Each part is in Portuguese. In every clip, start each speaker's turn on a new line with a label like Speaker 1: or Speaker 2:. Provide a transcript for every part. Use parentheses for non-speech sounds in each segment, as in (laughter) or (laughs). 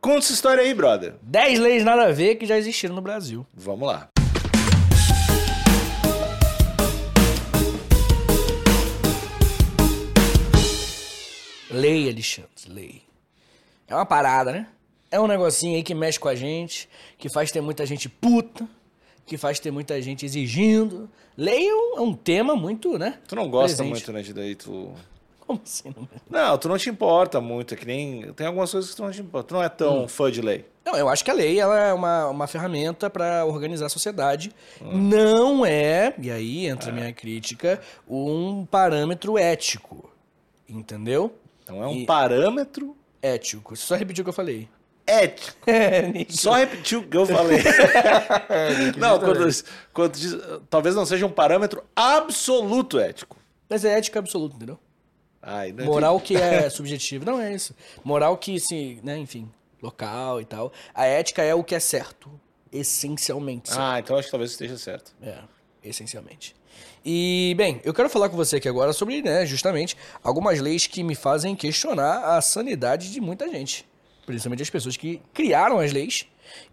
Speaker 1: Conta essa história aí, brother.
Speaker 2: 10 leis nada a ver que já existiram no Brasil.
Speaker 1: Vamos lá.
Speaker 2: Lei, Alexandre, lei. É uma parada, né? É um negocinho aí que mexe com a gente, que faz ter muita gente puta, que faz ter muita gente exigindo. Lei é um, é um tema muito, né? (laughs)
Speaker 1: Tu não gosta
Speaker 2: Presente.
Speaker 1: muito, né, de daí tu...
Speaker 2: Como assim? Não,
Speaker 1: Não, tu não te importa muito, é que nem... Tem algumas coisas que tu não te importa. Tu não é tão
Speaker 2: Hum.
Speaker 1: fã de lei.
Speaker 2: não eu acho que a lei ela é uma, uma ferramenta pra organizar a sociedade. Não é, e aí entra a minha crítica, um parâmetro ético. Entendeu?
Speaker 1: Então é um
Speaker 2: E-
Speaker 1: parâmetro
Speaker 2: Ético. Só repetir o que eu falei. (laughs)
Speaker 1: ético.
Speaker 2: É, Nick.
Speaker 1: Só repetiu o que eu
Speaker 2: (laughs)
Speaker 1: falei.
Speaker 2: É,
Speaker 1: (laughs) não, quando, quando diz, talvez não seja um parâmetro absoluto ético.
Speaker 2: Mas é ética absoluta, entendeu?
Speaker 1: Ai, né?
Speaker 2: Moral que é subjetivo. Não, é isso. Moral que, se, né, enfim, local e tal. A ética é o que é certo. Essencialmente. certo.
Speaker 1: Ah, então acho que talvez esteja certo.
Speaker 2: É, essencialmente. E, bem, eu quero falar com você aqui agora sobre, né, justamente, algumas leis que me fazem questionar a sanidade de muita gente. Principalmente as pessoas que criaram as leis.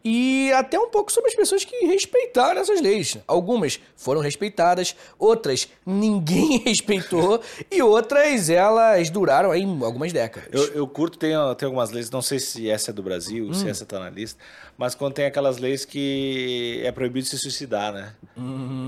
Speaker 2: E até um pouco sobre as pessoas que respeitaram essas leis. Algumas foram respeitadas, outras ninguém (laughs) respeitou, e outras elas duraram aí algumas décadas.
Speaker 1: Eu, eu curto, tem, tem algumas leis, não sei se essa é do Brasil, se essa tá na lista, mas quando tem aquelas leis que é proibido se suicidar, né?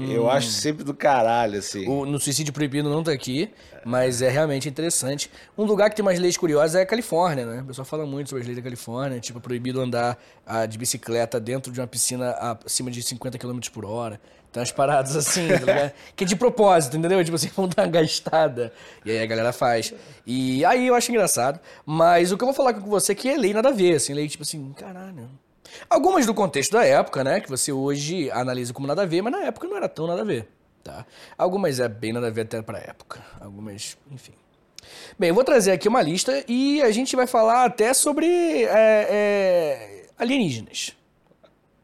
Speaker 1: Eu acho sempre do caralho, assim.
Speaker 2: O- no Suicídio Proibido não tá aqui, mas é realmente interessante. Um lugar que tem umas leis curiosas é a Califórnia, né? O pessoal fala muito sobre as leis da Califórnia, tipo, é proibido andar ah, de bicicleta dentro de uma piscina acima de 50 km por hora. Tem umas paradas assim, tá ligado? que é de propósito, entendeu? Tipo assim, (laughs) vão dar uma gastada. E aí a galera faz. E aí eu acho engraçado. Mas o que eu vou falar com você é que é lei nada a ver, assim, lei tipo assim, caralho. Algumas do contexto da época, né? Que você hoje analisa como nada a ver, mas na época não era tão nada a ver, tá? Algumas é bem nada a ver até pra época. Algumas, enfim. Bem, eu vou trazer aqui uma lista e a gente vai falar até sobre é, é, alienígenas.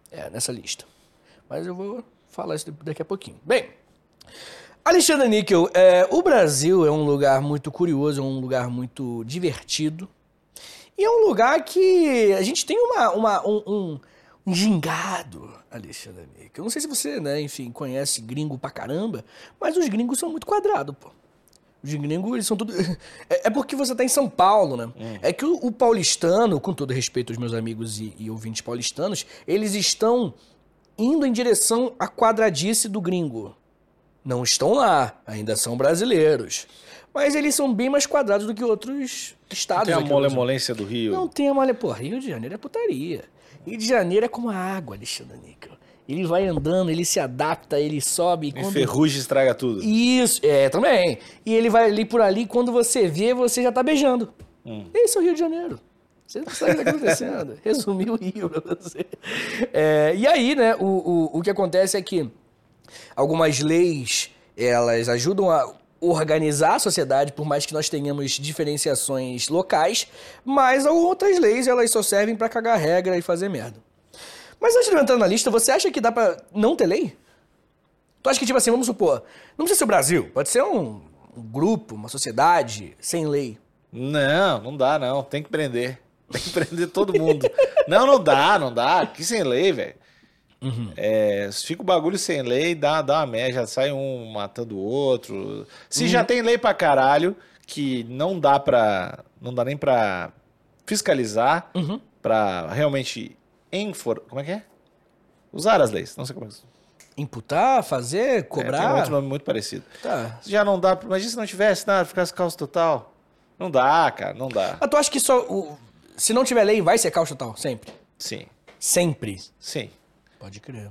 Speaker 2: É, nessa lista. Mas eu vou falar isso daqui a pouquinho. Bem, Alexandre Níquel, é, o Brasil é um lugar muito curioso, é um lugar muito divertido. E é um lugar que a gente tem uma, uma- um, um, um gingado, Alexandre Nica. Eu não sei se você, né, enfim, conhece gringo pra caramba, mas os gringos são muito quadrados, pô. Os gringos, eles são tudo. (laughs) É, é porque você tá em São Paulo, né?
Speaker 1: Hum.
Speaker 2: É que o, o paulistano, com todo respeito aos meus amigos e, e ouvintes paulistanos, eles estão indo em direção à quadradice do gringo. Não estão lá, ainda são brasileiros. Mas eles são bem mais quadrados do que outros estados.
Speaker 1: tem a
Speaker 2: aqui no Brasil.
Speaker 1: molemolência do Rio.
Speaker 2: Não tem a malha. Pô, Rio de Janeiro é putaria. Rio de Janeiro é como a água, Alexandre Níquel. Ele vai andando, ele se adapta, ele sobe.
Speaker 1: E
Speaker 2: Quando...
Speaker 1: ferrugem estraga tudo.
Speaker 2: Isso, é, também. E ele vai ali por ali, quando você vê, você já tá beijando. Esse é o Rio de Janeiro. Você não sabe o que tá acontecendo. Resumir o Rio pra você. É, e aí, né, o, o, o que acontece é que algumas leis elas ajudam a organizar a sociedade, por mais que nós tenhamos diferenciações locais, mas outras leis elas só servem pra cagar regra e fazer merda. Mas antes de eu entrar na lista, você acha que dá pra não ter lei? Tu acha que, tipo assim, vamos supor, não precisa ser o Brasil, pode ser um, um grupo, uma sociedade sem lei.
Speaker 1: Não, não dá, não. Tem que prender. (laughs) Tem que prender todo mundo. não, não dá, não dá. Aqui sem lei, velho.
Speaker 2: Uhum.
Speaker 1: É, fica o bagulho sem lei, dá, dá uma merda, já sai um matando o outro. Se
Speaker 2: Uhum.
Speaker 1: já tem lei pra caralho, que não dá pra. Não dá nem pra fiscalizar,
Speaker 2: Uhum.
Speaker 1: pra realmente enfor. Como é que é? Usar as leis. Não sei como é que
Speaker 2: Imputar, fazer,
Speaker 1: é, tem um
Speaker 2: cobrar.
Speaker 1: outro nome muito parecido.
Speaker 2: tá.
Speaker 1: Já não dá. pra- Imagina se não tivesse nada, ficasse caos total. Não dá, cara, não dá.
Speaker 2: Mas Ah, tu acha que só. o- se não tiver lei, vai ser caos total, sempre.
Speaker 1: Sim,
Speaker 2: Sempre.
Speaker 1: sim.
Speaker 2: Pode crer.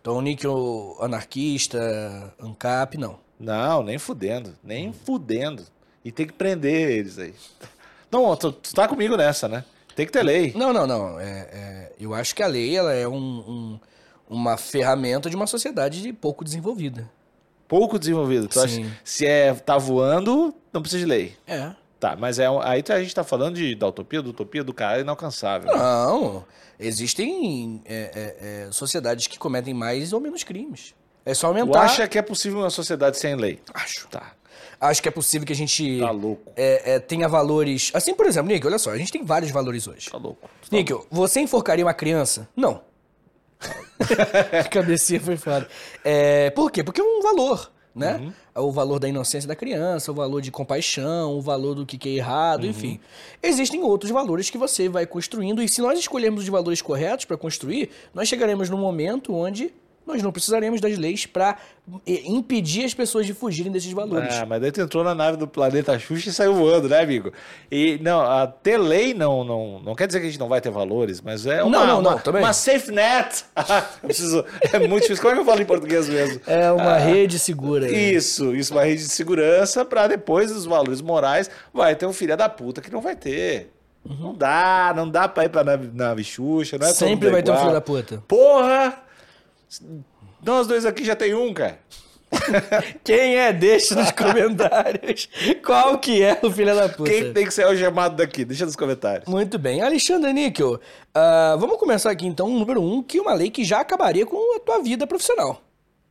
Speaker 2: Então o níquel anarquista, ANCAP, não.
Speaker 1: Não, nem fudendo.
Speaker 2: Hum.
Speaker 1: Nem fudendo. E tem que prender eles aí. Não, tu, tu tá comigo nessa, né? Tem que ter lei.
Speaker 2: Não, não, não. É, é, eu acho que a lei ela é um- um- uma ferramenta de uma sociedade de pouco desenvolvida.
Speaker 1: Pouco desenvolvido. Tu acha-
Speaker 2: Sim.
Speaker 1: se é, tá voando, não precisa de lei.
Speaker 2: É.
Speaker 1: Tá, mas é, um- aí a gente tá falando de, da utopia, do utopia, do caralho inalcançável.
Speaker 2: Ah, Não. Existem é, é, é, sociedades que cometem mais ou menos crimes. É só
Speaker 1: Tu
Speaker 2: aumentar.
Speaker 1: acha que é possível uma sociedade sem lei?
Speaker 2: Acho.
Speaker 1: Tá.
Speaker 2: Acho que é possível que a gente
Speaker 1: Tá louco.
Speaker 2: é, é, tenha valores. Assim, por exemplo, Níquel, olha só, a gente tem vários valores hoje.
Speaker 1: Tá louco. Tá
Speaker 2: Níquel, você enforcaria uma criança?
Speaker 1: (laughs)
Speaker 2: Não. a cabecinha foi fora. É, por quê? Porque é um valor, né?
Speaker 1: Uhum.
Speaker 2: O valor da inocência da criança, o valor de compaixão, o valor do que que é errado,
Speaker 1: Uhum.
Speaker 2: enfim. Existem outros valores que você vai construindo, e se nós escolhermos os valores corretos para construir, nós chegaremos num momento onde nós não precisaremos das leis para impedir as pessoas de fugirem desses valores.
Speaker 1: Ah, mas daí tu entrou na nave do planeta Xuxa e saiu voando, né, amigo? E não, a ter lei não, não, não quer dizer que a gente não vai ter valores, mas é uma,
Speaker 2: Não, não,
Speaker 1: uma,
Speaker 2: não, também.
Speaker 1: uma safe net. (laughs) Ah, Eu preciso, é muito difícil. Como é que eu falo em português mesmo?
Speaker 2: É uma rede segura. né?
Speaker 1: Isso, isso, uma rede de segurança para depois os valores morais vai ter um filho da puta que não vai ter.
Speaker 2: Uhum.
Speaker 1: Não dá, não dá pra ir pra nave, nave Xuxa, não é todo
Speaker 2: Sempre
Speaker 1: mundo
Speaker 2: vai ter um
Speaker 1: igual.
Speaker 2: filho da puta.
Speaker 1: Porra! Nós dois aqui já tem um, cara.
Speaker 2: Quem é? Deixa nos comentários qual que é o filho da puta.
Speaker 1: Quem tem que ser algemado daqui? Deixa nos comentários.
Speaker 2: Muito bem. Alexandre Níquel, ah, vamos começar aqui então, número um, que uma lei que já acabaria com a tua vida profissional.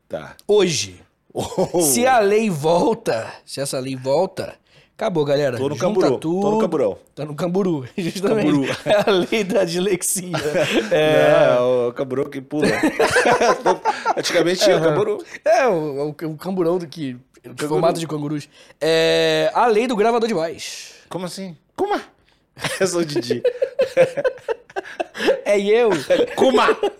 Speaker 1: Tá.
Speaker 2: Hoje.
Speaker 1: Oh,
Speaker 2: Se a lei volta, se essa lei volta, acabou, galera.
Speaker 1: Tô no
Speaker 2: Junta
Speaker 1: camburu,
Speaker 2: tudo.
Speaker 1: tô no camburão.
Speaker 2: Tá no camburu, (laughs) justamente.
Speaker 1: Camburu.
Speaker 2: É a lei da
Speaker 1: (laughs)
Speaker 2: dilexia. É,
Speaker 1: Não, é o camburu que
Speaker 2: (laughs)
Speaker 1: pula. Antigamente tinha o camburu.
Speaker 2: é o, o, o camburão do que... Formato de cangurus. É, a lei do gravador de voz.
Speaker 1: Como assim? Kuma! (laughs) Eu sou o Didi.
Speaker 2: É eu.
Speaker 1: (laughs) Kuma!
Speaker 2: (laughs)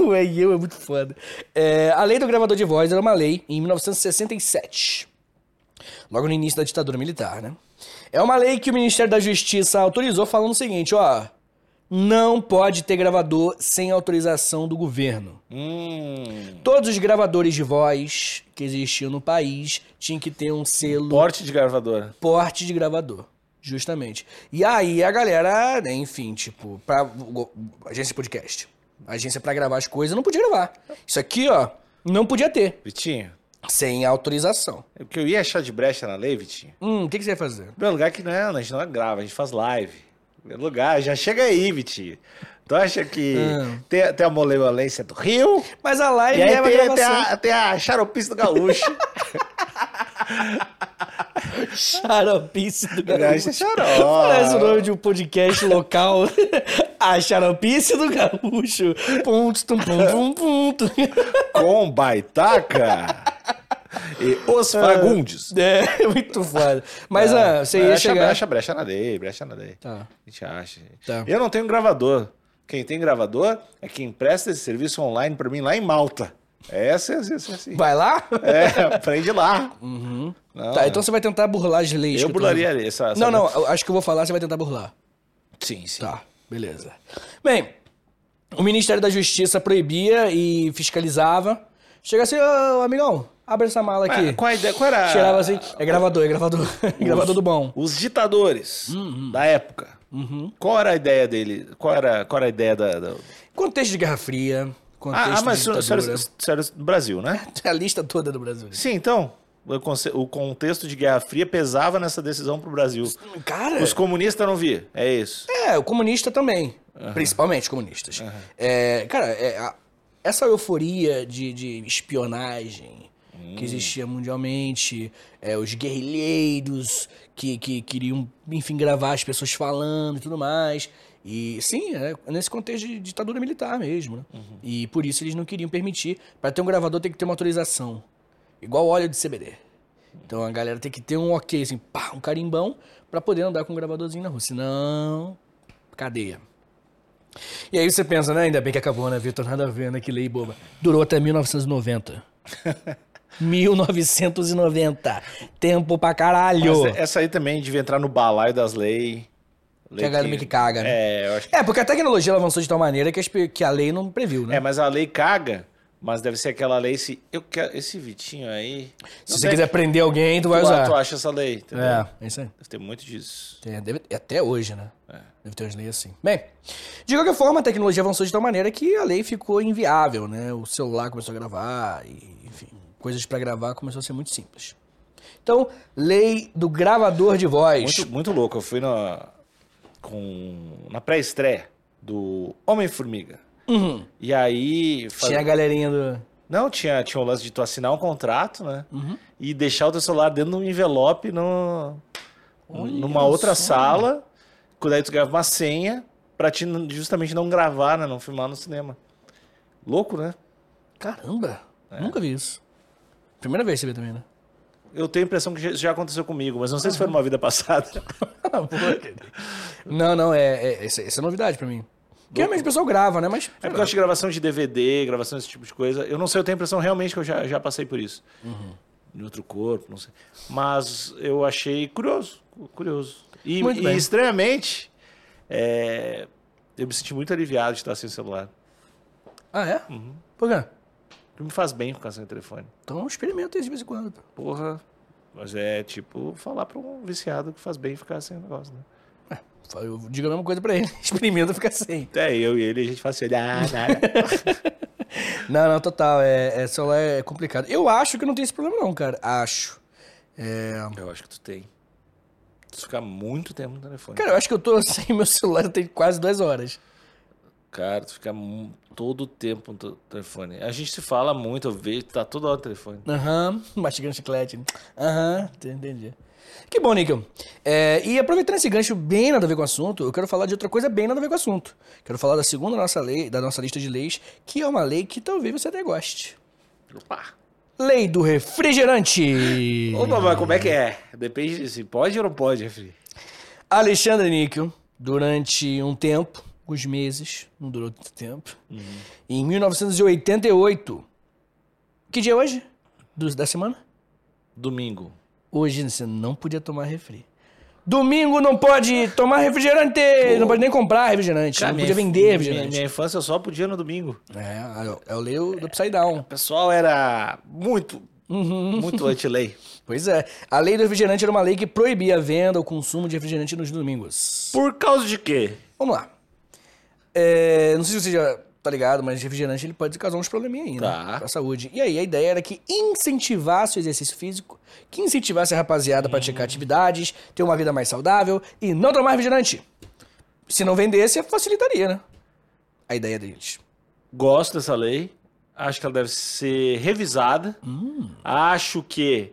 Speaker 2: O o é eu é muito foda. É, a lei do gravador de voz era uma lei em 1967. Logo no início da ditadura militar, né? É uma lei que o Ministério da Justiça autorizou falando o seguinte, ó. Não pode ter gravador sem autorização do governo.
Speaker 1: Hum.
Speaker 2: Todos os gravadores de voz que existiam no país tinham que ter um selo
Speaker 1: Porte de gravadora.
Speaker 2: porte de gravador. Justamente. E aí a galera, né, enfim, tipo, pra go- agência de podcast. Agência pra gravar as coisas, não podia gravar. Isso aqui, ó, não podia ter.
Speaker 1: Vitinho,
Speaker 2: Sem autorização.
Speaker 1: o que eu ia achar de brecha na lei, Vitinho?
Speaker 2: Hum, o que, que você ia fazer?
Speaker 1: Meu lugar que não é, a gente não grava, a gente faz live. Meu lugar, já chega aí, Vitinho. Tu acha que
Speaker 2: Hum.
Speaker 1: tem, tem a molevolência do Rio?
Speaker 2: Mas a live
Speaker 1: E
Speaker 2: é
Speaker 1: aí
Speaker 2: uma
Speaker 1: tem, tem
Speaker 2: gravação.
Speaker 1: a, tem a charopista do
Speaker 2: (laughs)
Speaker 1: gaúcho.
Speaker 2: Xaropice (laughs) do
Speaker 1: Gaúcho
Speaker 2: Gaúcho.
Speaker 1: é xarope.
Speaker 2: Parece o nome de um podcast (laughs) local. a Xaropice do Gaúcho. Pum, tum, pum, pum, pum, (laughs) tum.
Speaker 1: com Baitaca e os Fagundes.
Speaker 2: É, muito foda. Mas ah, você ia
Speaker 1: brecha,
Speaker 2: chegar...
Speaker 1: brecha, brecha na lei, brecha na lei.
Speaker 2: Tá.
Speaker 1: A gente acha.
Speaker 2: Tá.
Speaker 1: Eu não tenho gravador. Quem tem gravador é quem presta esse serviço online pra mim lá em Malta. Essa é assim.
Speaker 2: (laughs)
Speaker 1: assim.
Speaker 2: Vai lá?
Speaker 1: É, aprende lá. Não,
Speaker 2: Tá, então você vai tentar burlar as leis.
Speaker 1: Ah. Eu
Speaker 2: que tô-
Speaker 1: burlaria essa, essa- né?
Speaker 2: Não, não, eu acho que eu vou falar, você vai tentar burlar.
Speaker 1: Sim, sim.
Speaker 2: Tá, beleza. Bem, o Ministério da Justiça proibia e fiscalizava. Chega assim, ô amigão, abre essa mala
Speaker 1: Ah,
Speaker 2: aqui.
Speaker 1: qual, a ideia, qual era
Speaker 2: Tirava assim, é gravador, é gravador, (laughs) é gravador do bom. Uhum.
Speaker 1: os ditadores da época? Qual era a ideia dele? Qual era, qual era a ideia da. da-
Speaker 2: Contexto de Guerra Fria, contexto
Speaker 1: Ah, ah, mas
Speaker 2: de
Speaker 1: senhor-
Speaker 2: ditadura. É.
Speaker 1: senhores senhores do Brasil, né?
Speaker 2: (laughs) A lista toda do Brasil.
Speaker 1: Sim, então. O conce- O contexto de Guerra Fria pesava nessa decisão pro Brasil.
Speaker 2: Cara,
Speaker 1: Os comunistas não vi. É isso.
Speaker 2: É, o comunista também. Principalmente comunistas. É, cara, é, a- essa euforia de, de espionagem que existia mundialmente, é, os guerrilheiros que, que queriam, enfim, gravar as pessoas falando e tudo mais. E sim, é nesse contexto de ditadura militar mesmo. Né? E por isso eles não queriam permitir. Para ter um gravador tem que ter uma autorização. Igual óleo de CBD. Então a galera tem que ter um ok, assim, pá, um carimbão, pra poder andar com um gravadorzinho na rua. Senão, cadeia. E aí você pensa, né? Ainda bem que acabou, né, Vitor? Nada a ver, né? Que lei boba. Durou até 1990.
Speaker 1: (laughs)
Speaker 2: 1990. Tempo pra caralho.
Speaker 1: Mas é essa aí também devia entrar no balaio das leis. Lei
Speaker 2: que a galera meio que caga, né?
Speaker 1: É, eu acho que...
Speaker 2: É, porque a tecnologia ela avançou de tal maneira que, as pe- que a lei não previu, né?
Speaker 1: É, mas a lei caga, mas deve ser aquela lei se... Eu quero... Esse Vitinho aí...
Speaker 2: Se você quiser prender alguém, tu vai usar.
Speaker 1: Tu acha essa lei, entendeu?
Speaker 2: É, é isso aí.
Speaker 1: Deve ter muito disso.
Speaker 2: É, deve- até hoje, né?
Speaker 1: É.
Speaker 2: Deve ter umas leis assim. Bem, de qualquer forma, a tecnologia avançou de tal maneira que a lei ficou inviável, né? O celular começou a gravar, e, enfim, coisas pra gravar começou a ser muito simples. Então, lei do gravador de voz.
Speaker 1: Muito, muito louco. Eu fui na, com, na pré-estreia do Homem-Formiga.
Speaker 2: Uhum.
Speaker 1: E aí... faz-
Speaker 2: Tinha a galerinha do.
Speaker 1: Não, tinha, tinha um lance de tu assinar um contrato, né?
Speaker 2: Uhum.
Speaker 1: E deixar o teu celular dentro de um envelope no,
Speaker 2: Olha
Speaker 1: numa outra
Speaker 2: só.
Speaker 1: sala. que Daí tu grava uma senha pra te n- justamente não gravar, né? Não filmar no cinema. Louco, né?
Speaker 2: Caramba!
Speaker 1: É.
Speaker 2: Nunca vi isso. Primeira vez que você vê
Speaker 1: (laughs)
Speaker 2: também, né?
Speaker 1: Eu tenho a impressão que já- isso já aconteceu comigo, mas não sei se foi numa vida passada.
Speaker 2: não, não, é, é- essa, essa é novidade pra mim. Porque realmente o pessoal grava, né? Mas.
Speaker 1: É porque eu acho que gravação de DVD, gravação desse tipo de coisa. Eu não sei, eu tenho a impressão realmente que eu já, já passei por isso. Em outro corpo, não sei. Mas eu achei curioso. cu- Curioso. E,
Speaker 2: Muito
Speaker 1: e
Speaker 2: bem.
Speaker 1: estranhamente, é, eu me senti muito aliviado de estar sem celular.
Speaker 2: Ah, é?
Speaker 1: Uhum.
Speaker 2: Por quê?
Speaker 1: O que me faz bem ficar sem o telefone.
Speaker 2: Então experimenta isso de vez em quando. pô.
Speaker 1: Porra. Mas é tipo falar pra um viciado que faz bem ficar sem o negócio, né?
Speaker 2: Eu digo a mesma coisa pra ele. (laughs) Experimenta ficar sem.
Speaker 1: Até É, eu e ele, a gente faz assim, ah, nada.
Speaker 2: Não, não, total. É, é, celular é complicado. Eu acho que não tem esse problema, não, cara. Acho.
Speaker 1: (laughs) eu acho que tu tem. Tu ficar muito tempo no telefone.
Speaker 2: Cara, eu acho que eu tô (laughs) sem meu celular tem quase duas horas.
Speaker 1: Cara, tu fica mu- todo o tempo no teu telefone. A gente se fala muito, eu vejo, tá toda hora no telefone.
Speaker 2: Aham, mastigando chiclete. né? Aham, te- entendi. Que bom, Níquel. É, e aproveitando esse gancho bem nada a ver com o assunto, eu quero falar de outra coisa bem nada a ver com o assunto. Quero falar da segunda nossa lei, da nossa lista de leis, que é uma lei que talvez você até goste.
Speaker 1: Opa!
Speaker 2: Lei do refrigerante.
Speaker 1: Opa, mas como é que é? Depende de se pode ou não pode, refri.
Speaker 2: Alexandre Níquel, durante um tempo, uns meses, não durou tanto tempo, em 1988. Que dia é hoje? Do- da semana?
Speaker 1: Domingo.
Speaker 2: Hoje você não podia tomar refri. Domingo não pode tomar refrigerante! Não pode nem comprar refrigerante. não
Speaker 1: é
Speaker 2: podia vender
Speaker 1: minha,
Speaker 2: refrigerante.
Speaker 1: minha infância eu só podia no domingo.
Speaker 2: É, eu leio do Upside Down.
Speaker 1: O pessoal era muito, muito anti-lei.
Speaker 2: Pois é. A lei do refrigerante era uma lei que proibia a venda ou consumo de refrigerante nos domingos.
Speaker 1: Por causa de quê?
Speaker 2: Vamos lá. É, não sei se você já tá ligado, mas refrigerante ele pode causar uns probleminha aí,
Speaker 1: Tá.
Speaker 2: né? Pra saúde. E aí a ideia era que incentivasse o exercício físico, que incentivasse a rapaziada a praticar atividades, ter uma vida mais saudável e não tomar refrigerante. Se não vendesse, facilitaria, né? A ideia deles.
Speaker 1: Gosto dessa lei. Acho que ela deve ser revisada. Hum, Acho que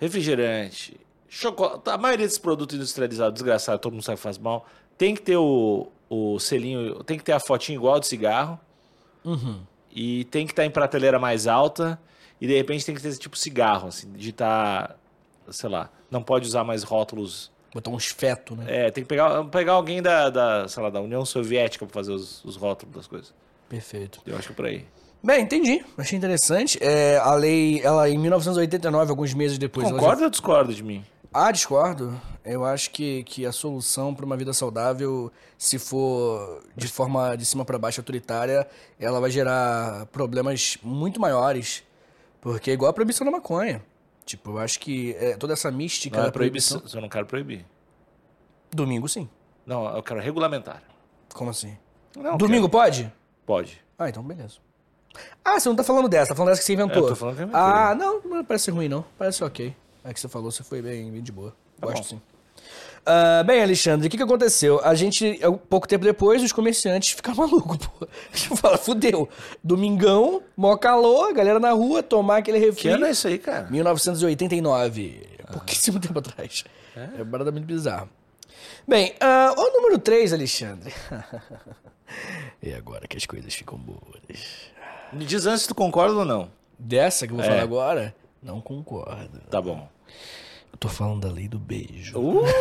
Speaker 1: refrigerante, chocolate, a maioria desses produtos industrializados, desgraçado, todo mundo sabe que faz mal, tem que ter o, o selinho, tem que ter a fotinha igual de cigarro uhum. e tem que estar em prateleira mais alta e de repente tem que ter esse tipo cigarro, assim, digitar, sei lá, não pode usar mais rótulos.
Speaker 2: Botar uns feto, né?
Speaker 1: É, tem que pegar, pegar alguém da, da, sei lá, da União Soviética para fazer os, os rótulos das coisas.
Speaker 2: Perfeito.
Speaker 1: Eu acho que é por aí.
Speaker 2: Bem, entendi. Achei interessante. É, a lei, ela em 1989, alguns meses depois... ela já
Speaker 1: Concorda ou discorda de mim?
Speaker 2: Ah, discordo. Eu acho que, que a solução para uma vida saudável, se for de forma de cima para baixo autoritária, ela vai gerar problemas muito maiores. Porque é igual a proibição da maconha. Tipo, eu acho que é, toda essa mística
Speaker 1: Não é
Speaker 2: da proibição.
Speaker 1: proibição. Eu não quero proibir.
Speaker 2: Domingo, sim.
Speaker 1: Não, eu quero regulamentar.
Speaker 2: Como assim?
Speaker 1: Não,
Speaker 2: Domingo pode?
Speaker 1: quero. Pode.
Speaker 2: Ah, então beleza. Ah, você não tá falando dessa, tá falando dessa que você inventou.
Speaker 1: É, eu tô falando que eu inventei.
Speaker 2: Ah, não, não parece ruim, não. Parece ok. É que você falou, você foi bem, bem de boa. Gosto
Speaker 1: Tá bom.
Speaker 2: sim. Ah, bem, Alexandre, o que, que aconteceu? A gente, um pouco tempo depois, os comerciantes ficaram (laughs) malucos, pô. A gente fala, fudeu. Domingão, mó calor, galera na rua, tomar aquele refri.
Speaker 1: Que ano é isso aí, cara?
Speaker 2: 1989.
Speaker 1: Ah.
Speaker 2: Pouquíssimo (laughs) tempo atrás. É, uma parada muito bizarra. Bem, ah, o número 3,
Speaker 1: (laughs)
Speaker 2: Alexandre. e agora que as coisas ficam boas.
Speaker 1: Me diz antes se tu concorda ou não.
Speaker 2: Dessa que
Speaker 1: É.
Speaker 2: eu vou falar agora, não concordo.
Speaker 1: Tá bom.
Speaker 2: Eu tô falando da lei do beijo.
Speaker 1: (laughs) Uh, (laughs)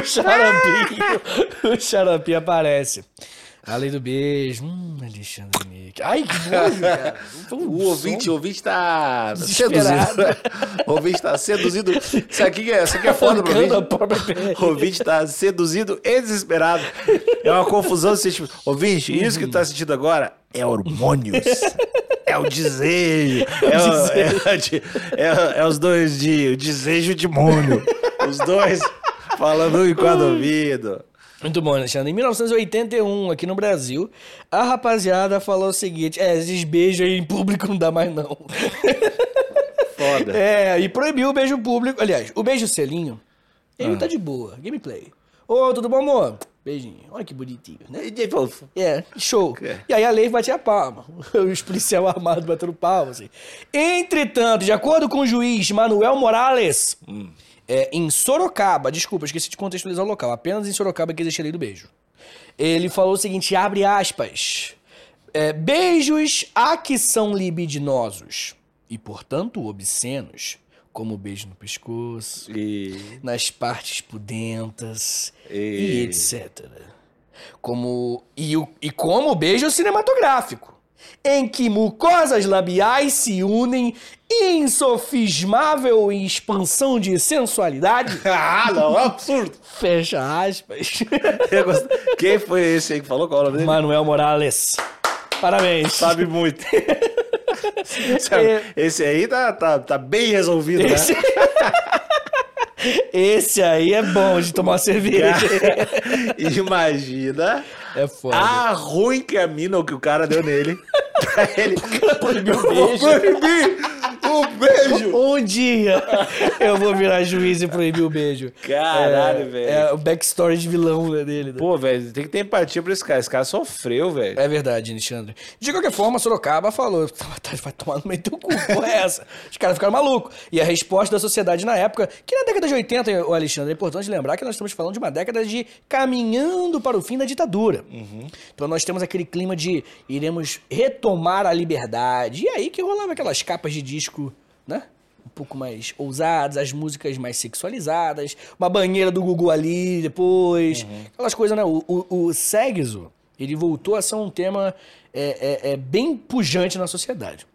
Speaker 2: O xaropinho, (laughs) o xaropinho aparece. A lei do beijo. Hum, Alexandre Nick. Ai, que
Speaker 1: (laughs)
Speaker 2: nojo, cara. um
Speaker 1: o ouvinte, o ouvinte tá
Speaker 2: Desesperado.
Speaker 1: seduzido. o ouvinte tá seduzido. Isso aqui é, isso aqui é foda pra
Speaker 2: Arrancando a
Speaker 1: mim.
Speaker 2: própria pele.
Speaker 1: O (laughs) ouvinte tá seduzido e desesperado. É uma confusão. Você, tipo, ouvinte, isso que tu tá sentindo agora é hormônios. É o desejo. É, o- é o de- é- é os dois de o desejo e o demônio. Os dois falando um em cada ouvido.
Speaker 2: Muito bom, Alexandre. Em 1981, aqui no Brasil, a rapaziada falou o seguinte: é, esses beijos aí em público não dá mais não.
Speaker 1: Foda.
Speaker 2: É, e proibiu o beijo público. Aliás, o beijo selinho, ele tá de boa. Gameplay. Ô, tudo bom, amor? Beijinho. Olha que bonitinho, né?
Speaker 3: E de novo.
Speaker 2: É, show. E aí a lei batia a palma. (laughs) Os policiais armados batendo palma, assim. Entretanto, de acordo com o juiz Manuel Morales, é, em Sorocaba, desculpa, esqueci de contextualizar o local, apenas em Sorocaba que existe a lei do beijo. Ele falou o seguinte, abre aspas, é, beijos a que são libidinosos e, portanto, obscenos, como o beijo no pescoço,
Speaker 1: E,
Speaker 2: nas partes pudentas e
Speaker 1: e,
Speaker 2: etc. Como, e, o, e como o beijo cinematográfico, em que mucosas labiais se unem em insofismável expansão de sensualidade. (laughs)
Speaker 1: Ah, não, é um absurdo.
Speaker 2: Fecha aspas.
Speaker 1: Eu gosto- Quem foi esse aí que falou qual é o nome dele?
Speaker 2: (laughs) Manuel Morales. Parabéns.
Speaker 1: Sabe muito. Sabe,
Speaker 2: É.
Speaker 1: Esse aí tá, tá, tá bem resolvido,
Speaker 2: Esse...
Speaker 1: né?
Speaker 2: (laughs) Esse aí é bom de tomar cerveja.
Speaker 1: (laughs) Imagina
Speaker 2: É foda.
Speaker 1: a ruim que é a mina ou que o cara deu (laughs) nele. pra ele.
Speaker 2: proibiu o
Speaker 1: Eu vou
Speaker 2: beijo.
Speaker 1: proibir o beijo.
Speaker 2: Um dia eu vou virar juiz e proibir o beijo.
Speaker 1: Caralho,
Speaker 2: É-
Speaker 1: velho.
Speaker 2: É o backstory de vilão né, dele. né?
Speaker 1: Pô, velho, tem que ter empatia pra esse cara. Esse cara sofreu, velho.
Speaker 2: É verdade, Alexandre. De qualquer forma, Sorocaba falou: "Tá, vai tomar no meio do cu, porra é essa? Os caras ficaram malucos. E a resposta da sociedade na época, que na década de 80, o Alexandre, é importante lembrar que nós estamos falando de uma década de caminhando para o fim da ditadura.
Speaker 1: Uhum.
Speaker 2: Então nós temos aquele clima de iremos retomar a liberdade. E aí que rolava aquelas capas de disco, né? Um pouco mais ousadas, as músicas mais sexualizadas, uma banheira do Gugu ali depois, aquelas coisas, né? O, o, o sexo, ele voltou a ser um tema é, é, é, bem pujante na sociedade.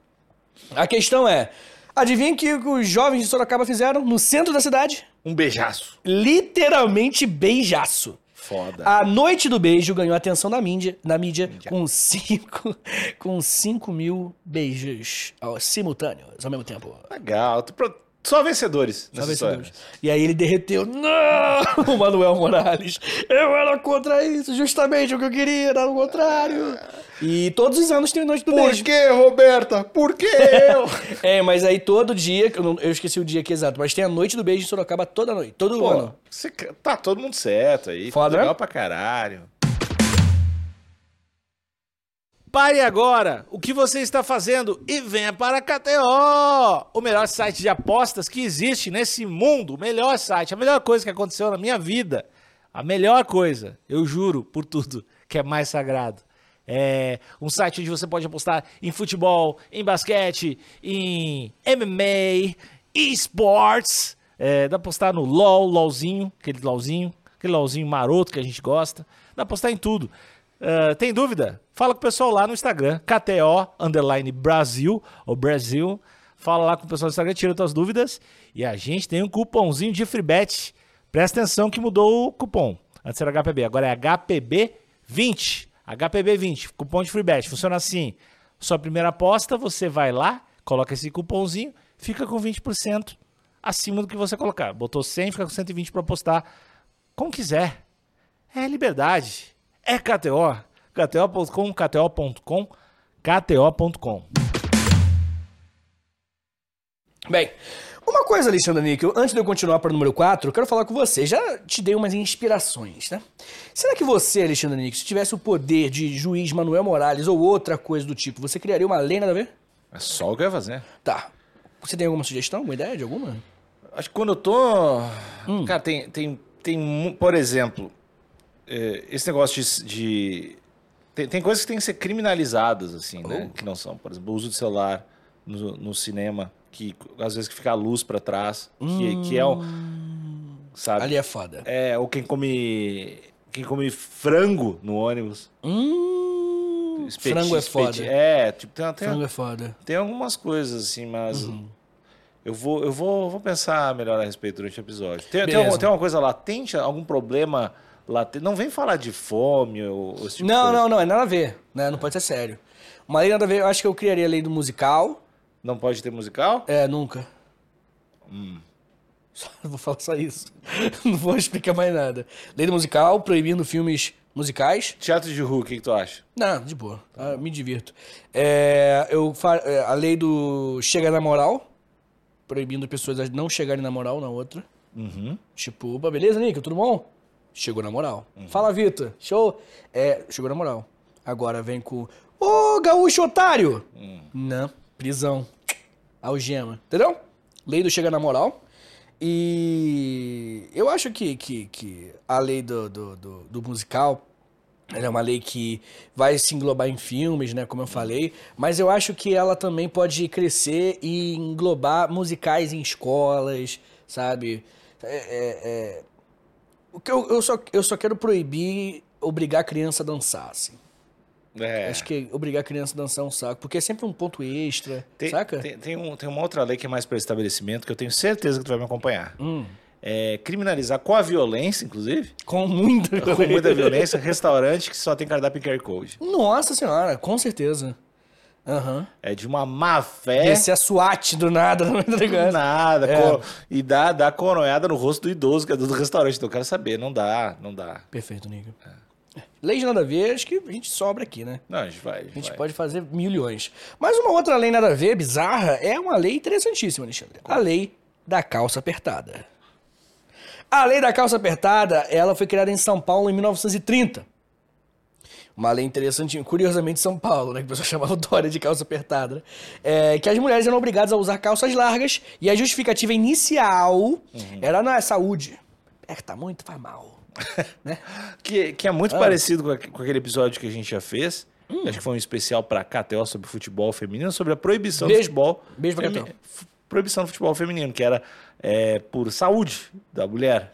Speaker 2: A questão é, adivinha o que os jovens de Sorocaba fizeram no centro da cidade?
Speaker 1: Um beijaço.
Speaker 2: Literalmente beijaço.
Speaker 1: Foda.
Speaker 2: A Noite do Beijo ganhou atenção na mídia, na mídia com 5 (laughs) com cinco mil beijos ao- simultâneos ao mesmo tempo.
Speaker 1: Legal. Tu tá pro- Só vencedores
Speaker 2: Só
Speaker 1: nessa
Speaker 2: vencedores.
Speaker 1: história.
Speaker 2: E aí ele derreteu. Não! (laughs) O Manuel Morales. Eu era contra isso, justamente o que eu queria, era o contrário. E todos os anos tem Noite do
Speaker 1: Por
Speaker 2: Beijo.
Speaker 1: que, Roberta? Por que eu?
Speaker 2: É, mas aí todo dia, que eu, não- eu esqueci o dia aqui exato, mas tem a noite do beijo em Sorocaba toda noite,
Speaker 1: (laughs)
Speaker 2: todo
Speaker 1: Pô,
Speaker 2: ano.
Speaker 1: você ca- tá todo mundo certo aí.
Speaker 2: Foda,
Speaker 1: Legal
Speaker 2: né?
Speaker 1: pra caralho. Pare agora o que você está fazendo e venha para a KTO, o melhor site de apostas que existe nesse mundo, o melhor site, a melhor coisa que aconteceu na minha vida, a melhor coisa, eu juro por tudo que é mais sagrado. É um site onde você pode apostar em futebol, em basquete, em MMA, esports, é, dá pra apostar no LOL, LOLzinho, aquele LOLzinho, aquele LOLzinho maroto que a gente gosta, dá pra apostar em tudo. Ah, tem dúvida? Fala com o pessoal lá no Instagram, KTO, underline Brasil, ou Brasil. Fala lá com o pessoal do Instagram, tira suas dúvidas. E a gente tem um cupomzinho de free bet. Presta atenção que mudou o cupom. Antes era HPB, agora é HPB20. HPB20, cupom de free bet. Funciona assim. Sua primeira aposta, você vai lá, coloca esse cupomzinho, fica com 20% acima do que você colocar. Botou 100, fica com 120 para apostar. Como quiser. É liberdade. É KTO. KTO.com, KTO.com, KTO.com.
Speaker 2: Bem, uma coisa, Alexandre Níquel, antes de eu continuar para o número 4, eu quero falar com você. Já te dei umas inspirações, né? Será que você, Alexandre Níquel, se tivesse o poder de juiz Manuel Morales ou outra coisa do tipo, você criaria uma lei nada a ver?
Speaker 1: É só o que eu ia fazer.
Speaker 2: Tá. Você tem alguma sugestão, alguma ideia de alguma?
Speaker 1: Acho que quando eu tô.
Speaker 2: Hum.
Speaker 1: Cara, tem, tem, tem. mu- Por exemplo, é, esse negócio de. de- Tem, tem coisas que têm que ser criminalizadas, assim, né? Que não são. Por exemplo, o uso do celular no, no cinema, que às vezes que fica a luz pra trás, que, que é um. Sabe?
Speaker 2: Hum. Ali é foda.
Speaker 1: É, ou quem come. Quem come frango no ônibus.
Speaker 2: Hum,
Speaker 1: Espeti-
Speaker 2: frango é
Speaker 1: espeti-
Speaker 2: foda.
Speaker 1: É, tipo, tem, tem,
Speaker 2: Frango é foda.
Speaker 1: tem algumas coisas, assim, mas.
Speaker 2: Uhum.
Speaker 1: Eu, vou, eu vou, vou pensar melhor a respeito durante o episódio. Tem, tem,
Speaker 2: Beleza.
Speaker 1: algum- tem uma coisa latente, algum problema latente? Não vem falar de fome ou, ou esse tipo
Speaker 2: não,
Speaker 1: de coisa.
Speaker 2: não, não, é nada a ver, né? Não pode ser sério. Uma lei nada a ver, eu acho que eu criaria a lei do musical.
Speaker 1: Não pode ter musical?
Speaker 2: É, nunca.
Speaker 1: Hum.
Speaker 2: (laughs) Só- vou falar só isso. (laughs) Não vou explicar mais nada. Lei do musical, proibindo filmes musicais.
Speaker 1: Teatro de rua, o que, que tu acha?
Speaker 2: Não, de boa. Ah, me divirto. É, eu fa- é, a lei do chega na moral, Uhum. proibindo pessoas a não chegarem na moral na outra. Tipo, opa, beleza, Nick? Tudo bom? Chegou na moral. Fala, Vitor. Show? É, chegou na moral. Agora vem com. Ô, gaúcho otário! Não, prisão. Algema. Entendeu? Lei do chega na moral. E eu acho que, que, que a lei do, do, do, do musical ela é uma lei que vai se englobar em filmes, né, como eu falei, mas eu acho que ela também pode crescer e englobar musicais em escolas, sabe? É, é, é, O que eu, eu, só, eu só quero proibir obrigar a criança a dançar, assim.
Speaker 1: É.
Speaker 2: Acho que obrigar a criança a dançar é um saco, porque é sempre um ponto extra,
Speaker 1: Tem,
Speaker 2: saca?
Speaker 1: Tem, tem um- tem uma outra lei que é mais para estabelecimento que eu tenho certeza que tu vai me acompanhar.
Speaker 2: Hum,
Speaker 1: É, criminalizar com a violência,
Speaker 2: (laughs)
Speaker 1: inclusive,
Speaker 2: com muita
Speaker 1: com muita violência, restaurante que só tem cardápio em QR Code.
Speaker 2: Nossa senhora, com certeza. Aham.
Speaker 1: É de uma má fé.
Speaker 2: Esse é a SWAT do nada, (laughs) não
Speaker 1: Do
Speaker 2: é
Speaker 1: Nada,
Speaker 2: É.
Speaker 1: coro- e dá, dá coronhada no rosto do idoso, que é do do restaurante. Então eu quero saber, não dá, não dá.
Speaker 2: Perfeito, Nico. Lei de nada a ver, acho que a gente sobra aqui, né?
Speaker 1: Não, a gente vai. A
Speaker 2: A gente
Speaker 1: vai.
Speaker 2: pode fazer milhões. Mas uma outra lei nada a ver, bizarra, é uma lei interessantíssima, Alexandre. A lei da calça apertada. A lei da calça apertada, ela foi criada em São Paulo em 1930. Uma lei interessantinha, curiosamente São Paulo, né? Que o pessoal chamava (laughs) Dória de calça apertada. né? É, que as mulheres eram obrigadas a usar calças largas e a justificativa inicial era na saúde. Aperta muito, faz mal. né?
Speaker 1: Que, que é
Speaker 2: Ah.
Speaker 1: muito parecido com, aque- com aquele episódio que a gente já fez.
Speaker 2: Hum.
Speaker 1: Acho que foi um especial pra KTO sobre futebol feminino, sobre a proibição
Speaker 2: Beijo-
Speaker 1: do futebol.
Speaker 2: beijo pra
Speaker 1: femi-
Speaker 2: KTO.
Speaker 1: f- Proibição do futebol feminino, que era é, por saúde da mulher.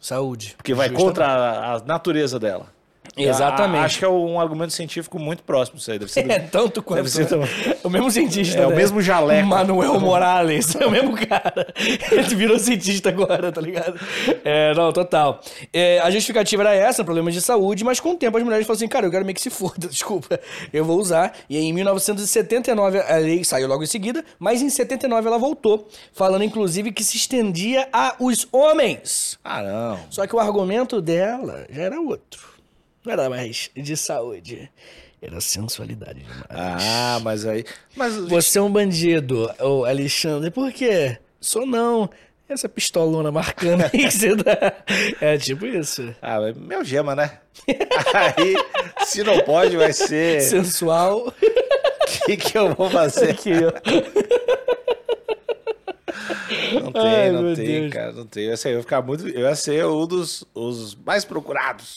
Speaker 2: Saúde.
Speaker 1: Porque vai
Speaker 2: Justa-
Speaker 1: contra a, a natureza dela.
Speaker 2: Exatamente.
Speaker 1: A- a- acho que é um argumento científico muito próximo isso aí. Deve ser do-
Speaker 2: (laughs) É tanto quanto.
Speaker 1: Deve ser
Speaker 2: né? O mesmo cientista.
Speaker 1: É, o
Speaker 2: né?
Speaker 1: mesmo jaleco.
Speaker 2: Manuel Morales. (laughs) É o mesmo cara. Ele virou cientista agora, tá ligado? É, não, total. É, a justificativa era essa, problemas de saúde, mas com o tempo as mulheres falaram assim: cara, eu quero meio que se foda, (laughs) desculpa, eu vou usar. E aí, em 1979, a lei saiu logo em seguida, mas em 79 ela voltou, falando inclusive que se estendia a os homens.
Speaker 1: Ah, não.
Speaker 2: Só que o argumento dela já era outro. Não era mais de saúde. Era sensualidade demais.
Speaker 1: Ah, mas aí. Mas,
Speaker 2: Você é um bandido, ô Alexandre, por quê? Sou não. Essa pistolona marcando aí que você dá. É tipo isso.
Speaker 1: Ah, mas meu gema, né? (laughs) Aí, se não pode, vai ser.
Speaker 2: Sensual.
Speaker 1: O que, (laughs) que eu vou fazer?
Speaker 2: Aqui, ó.
Speaker 1: Não tem,
Speaker 2: Ai,
Speaker 1: não
Speaker 2: meu
Speaker 1: tem,
Speaker 2: Deus.
Speaker 1: cara. Não tem. Eu ia ser, eu ia ficar muito. Eu ia ser um dos os mais procurados.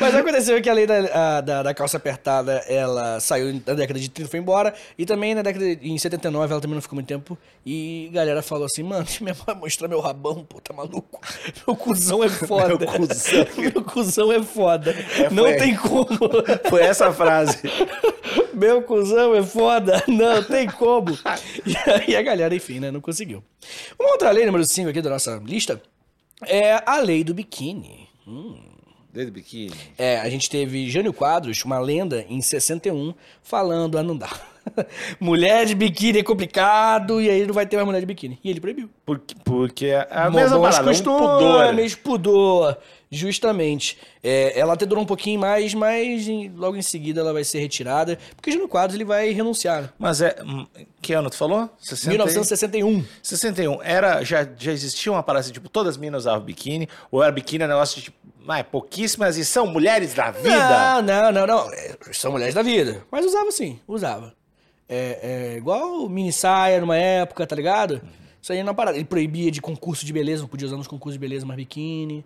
Speaker 2: Mas aconteceu que a lei da, a- da, da calça apertada, ela saiu na década de 30, foi embora. E também na década de em 79, ela também não ficou muito tempo. E a galera falou assim, mano, (laughs) minha mãe vai mostrar meu rabão, pô, tá maluco? Meu cuzão é foda.
Speaker 1: Meu cuzão.
Speaker 2: (laughs) Meu cuzão é foda. não
Speaker 1: foi-
Speaker 2: tem como. (laughs)
Speaker 1: Foi essa (laughs) frase.
Speaker 2: Meu cuzão é foda, não tem como. E aí a galera, enfim, né, não conseguiu. Uma outra lei, número 5 aqui da nossa lista, é a lei do biquíni.
Speaker 1: Desde biquíni.
Speaker 2: É, a gente teve Jânio Quadros, uma lenda, em 61, falando, ah, não dá. (laughs) Mulher de biquíni é complicado, e aí não vai ter mais mulher de biquíni. E ele proibiu.
Speaker 1: Porque, porque é a
Speaker 2: Bom,
Speaker 1: mesma
Speaker 2: bons
Speaker 1: parada, um pudor.
Speaker 2: costumes, pudor. Justamente. É, ela até durou um pouquinho mais, mas em- logo em seguida ela vai ser retirada, porque Jânio Quadros ele vai renunciar.
Speaker 1: Mas é. hum, Que ano tu falou? 60 e-
Speaker 2: 1961.
Speaker 1: 61. Era, já, já existia uma parada assim, tipo, todas as meninas usavam biquíni, ou era biquíni, é negócio de tipo, ah, pouquíssimas e são mulheres da vida.
Speaker 2: Não, não, não, não. É, São mulheres da vida. Mas usava sim, usava. É, é igual mini saia numa época, tá ligado? Isso aí era uma parada. Ele proibia de concurso de beleza, não podia usar nos concursos de beleza mais biquíni.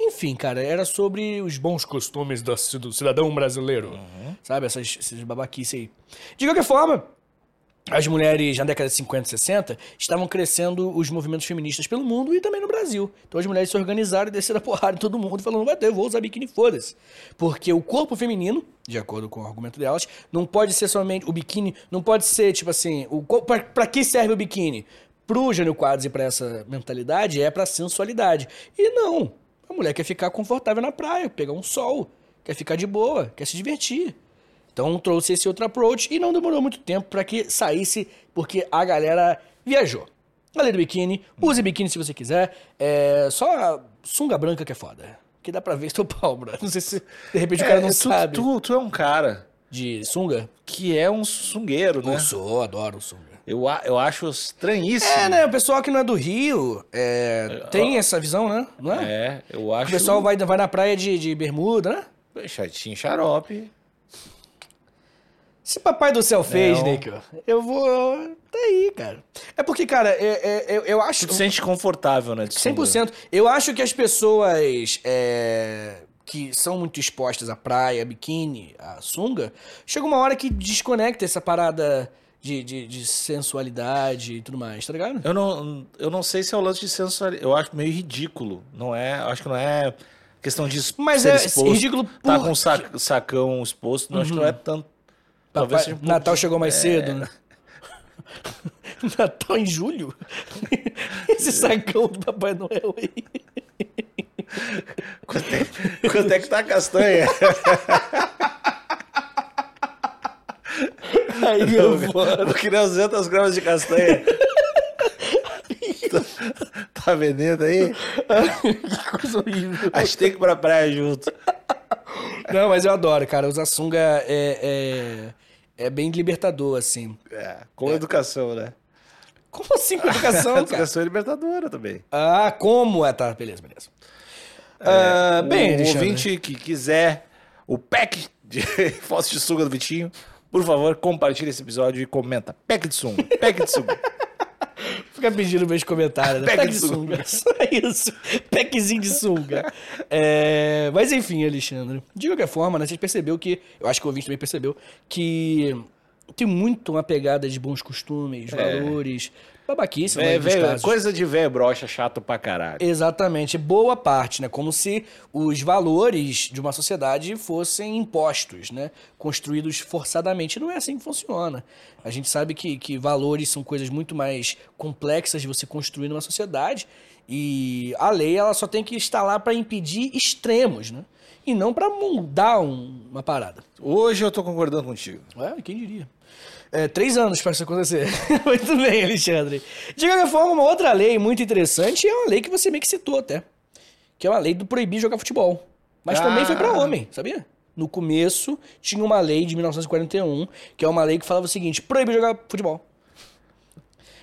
Speaker 2: Enfim, cara, era sobre os bons costumes do ci- do cidadão brasileiro. Sabe, essas, esses babaquices aí. De qualquer forma, as mulheres na década de 50 e 60 estavam crescendo os movimentos feministas pelo mundo e também no Brasil. Então as mulheres se organizaram e desceram a porrada em todo mundo, falando: vai ter, eu vou usar biquíni, foda-se. Porque o corpo feminino, de acordo com o argumento delas, não pode ser somente. O biquíni não pode ser, tipo assim. O, co- pra, pra que serve o biquíni? Pro Jânio Quadros e pra essa mentalidade é pra sensualidade. E não. A mulher quer ficar confortável na praia, pegar um sol, quer ficar de boa, quer se divertir. Então trouxe esse outro approach e não demorou muito tempo para que saísse, porque a galera viajou. A lei do biquíni, use biquíni se você quiser, é só a sunga branca que é foda. Que dá pra ver (laughs) seu pau, bro. Não sei se de repente o cara não
Speaker 1: tu,
Speaker 2: É, sabe.
Speaker 1: Tu, tu é um cara
Speaker 2: De sunga?
Speaker 1: que é um sungueiro, né?
Speaker 2: Eu sou, adoro sunga.
Speaker 1: Eu, a- eu acho estranhíssimo.
Speaker 2: É, né? O pessoal que não é do Rio é, tem essa visão, né? Não é?
Speaker 1: É, eu
Speaker 2: O
Speaker 1: acho.
Speaker 2: pessoal vai, vai na praia de, de bermuda, né?
Speaker 1: Chatinho xarope.
Speaker 2: Se papai do céu fez,
Speaker 1: Não.
Speaker 2: Nico, eu vou. Tá aí, cara. É porque, cara, é- é- eu, eu acho.
Speaker 1: Tu te sente confortável, né? de
Speaker 2: 100%. Eu acho que as pessoas é, que são muito expostas à praia, biquíni, à sunga, chega uma hora que desconecta essa parada de, de, de sensualidade e tudo mais, tá ligado?
Speaker 1: Eu não, eu não sei se é o lance de sensualidade. Eu acho meio ridículo. Não é. eu Acho que não é questão de expo-
Speaker 2: Mas
Speaker 1: ser
Speaker 2: é
Speaker 1: exposto.
Speaker 2: ridículo
Speaker 1: Tá
Speaker 2: por- Uhum.
Speaker 1: com o sac- sacão exposto. Não, Acho que não é tanto.
Speaker 2: Papai,
Speaker 1: seja um pouco
Speaker 2: Natal
Speaker 1: de-
Speaker 2: chegou mais cedo, né? (laughs) Natal em julho? (laughs) Esse sacão do Papai Noel
Speaker 1: (laughs)
Speaker 2: aí.
Speaker 1: Quanto é, quanto é que tá a castanha?
Speaker 2: Aí eu vou.
Speaker 1: Eu queria 200 gramas de castanha. tá, tá vendendo aí?
Speaker 2: Que coisa horrível.
Speaker 1: A gente tem que ir pra praia junto.
Speaker 2: Não, mas eu adoro, cara. Usar sunga é, é, é bem libertador, assim.
Speaker 1: É, com educação, né?
Speaker 2: Como assim com educação, (laughs) cara?
Speaker 1: educação é libertadora também.
Speaker 2: Ah, como é? Tá, beleza, beleza. Ah, bem,
Speaker 1: É, o
Speaker 2: Alexandre.
Speaker 1: ouvinte que quiser o pack de (laughs) fotos de sunga do Vitinho, por favor, compartilhe esse episódio e comenta. Pack de sunga, pack de (laughs) sunga.
Speaker 2: Fica pedindo meus comentários. (laughs) Né?
Speaker 1: Pack
Speaker 2: Pack de
Speaker 1: de
Speaker 2: sunga. Só isso. Packzinho de sunga. É, Mas enfim, Alexandre. De qualquer forma, né, você percebeu que... Eu acho que o ouvinte também percebeu que... Tem muito uma pegada de bons costumes, valores, babaquice, né,
Speaker 1: É,
Speaker 2: dos
Speaker 1: velho,
Speaker 2: casos.
Speaker 1: coisa de velho brocha chato pra caralho.
Speaker 2: Exatamente, boa parte, né? Como se os valores de uma sociedade fossem impostos, né? Construídos forçadamente. Não é assim que funciona. A gente sabe que, que valores são coisas muito mais complexas de você construir numa sociedade e a lei ela só tem que estar lá para impedir extremos, né? E não para mudar um- uma parada.
Speaker 1: Hoje eu tô concordando contigo.
Speaker 2: É, quem diria? É, três anos para isso acontecer. (laughs) muito bem, Alexandre. De qualquer forma, uma outra lei muito interessante é uma lei que você meio que citou até. Que é uma lei do proibir jogar futebol. Mas também foi para
Speaker 1: Ah.
Speaker 2: homem, sabia? No começo, tinha uma lei de 1941, que é uma lei que falava o seguinte: proibir jogar futebol.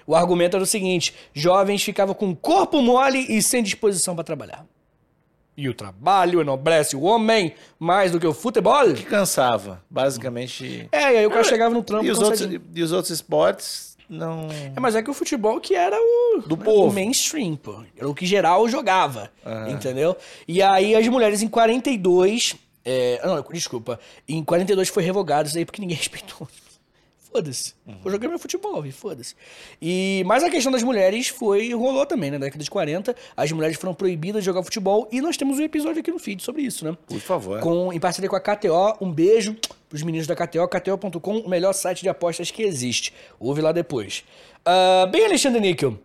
Speaker 2: O argumento era o seguinte: jovens ficavam com o corpo mole e sem disposição para trabalhar. E o trabalho enobrece o homem mais do que o futebol.
Speaker 1: Que cansava, basicamente.
Speaker 2: É, e aí o cara chegava no trampo
Speaker 1: E os, outros,
Speaker 2: cansadinho.
Speaker 1: e os outros esportes não.
Speaker 2: É, mas é que o futebol que era o,
Speaker 1: Do povo. É.
Speaker 2: o mainstream, pô. Era o que geral jogava, entendeu? E aí as mulheres em 42... É, ah, não, desculpa. Em 42 foi revogado isso aí porque ninguém (laughs) respeitou. Foda-se.
Speaker 1: Uhum.
Speaker 2: Eu joguei meu futebol, vi, foda-se. E, mas a questão das mulheres foi rolou também, né? Na década de 40, as mulheres foram proibidas de jogar futebol e nós temos um episódio aqui no feed sobre isso, né?
Speaker 1: Por favor.
Speaker 2: com, em parceria com a KTO. Um beijo pros meninos da KTO, KTO.com, o melhor site de apostas que existe. Ouve lá depois. Ah, bem, Alexandre Níquel,